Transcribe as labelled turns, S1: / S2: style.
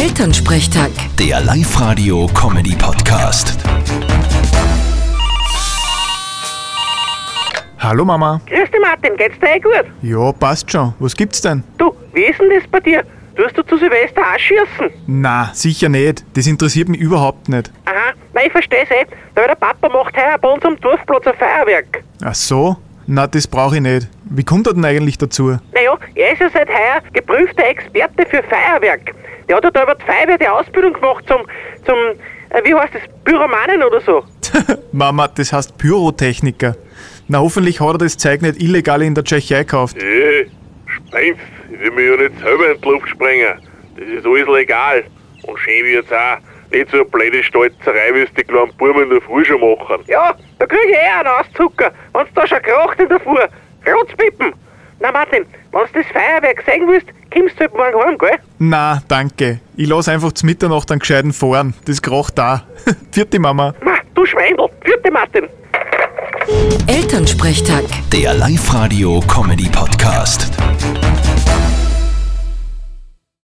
S1: Elternsprechtag.
S2: Der Live-Radio-Comedy-Podcast.
S3: Hallo Mama.
S4: Grüß dich Martin, geht's dir eh gut?
S3: Ja, passt schon. Was gibt's denn?
S4: Du, wie ist denn das bei dir? Tust du zu Silvester auch schießen?
S3: Na, sicher nicht. Das interessiert mich überhaupt nicht.
S4: Aha, nein, ich versteh's eh, weil der Papa macht heuer bei uns am Dorfplatz ein Feuerwerk.
S3: Ach so? Na, das brauche ich nicht. Wie kommt er denn eigentlich dazu?
S4: Naja, er ist ja seit heuer geprüfter Experte für Feuerwerk. Der hat ja da über die Feuerwehr die Ausbildung gemacht zum, zum, äh, wie heißt das, Pyromanen oder so.
S3: Mama, das heißt Pyrotechniker. Na, hoffentlich hat er das Zeug nicht illegal in der Tschechei gekauft.
S5: Äh, Spinst, ich will mich ja nicht selber in die Luft sprengen. Das ist alles legal. Und schön wird's auch. Nicht so eine blöde Stolzerei, wie es die kleinen Buben in der Früh schon machen.
S4: Ja, da krieg ich eh einen Auszucker, wenn's da schon kracht in der Fuhr. Rotzpippen! Na Martin, wenn's das Feuerwerk sehen willst, kommst du halt morgen heim, gell?
S3: Na, danke. Ich lass einfach zu Mitternacht einen gescheiten fahren. Das kroch da. Vierte Mama.
S4: Ma, du Schweindel! Vierte Martin!
S1: Elternsprechtag.
S2: Der Live-Radio-Comedy-Podcast.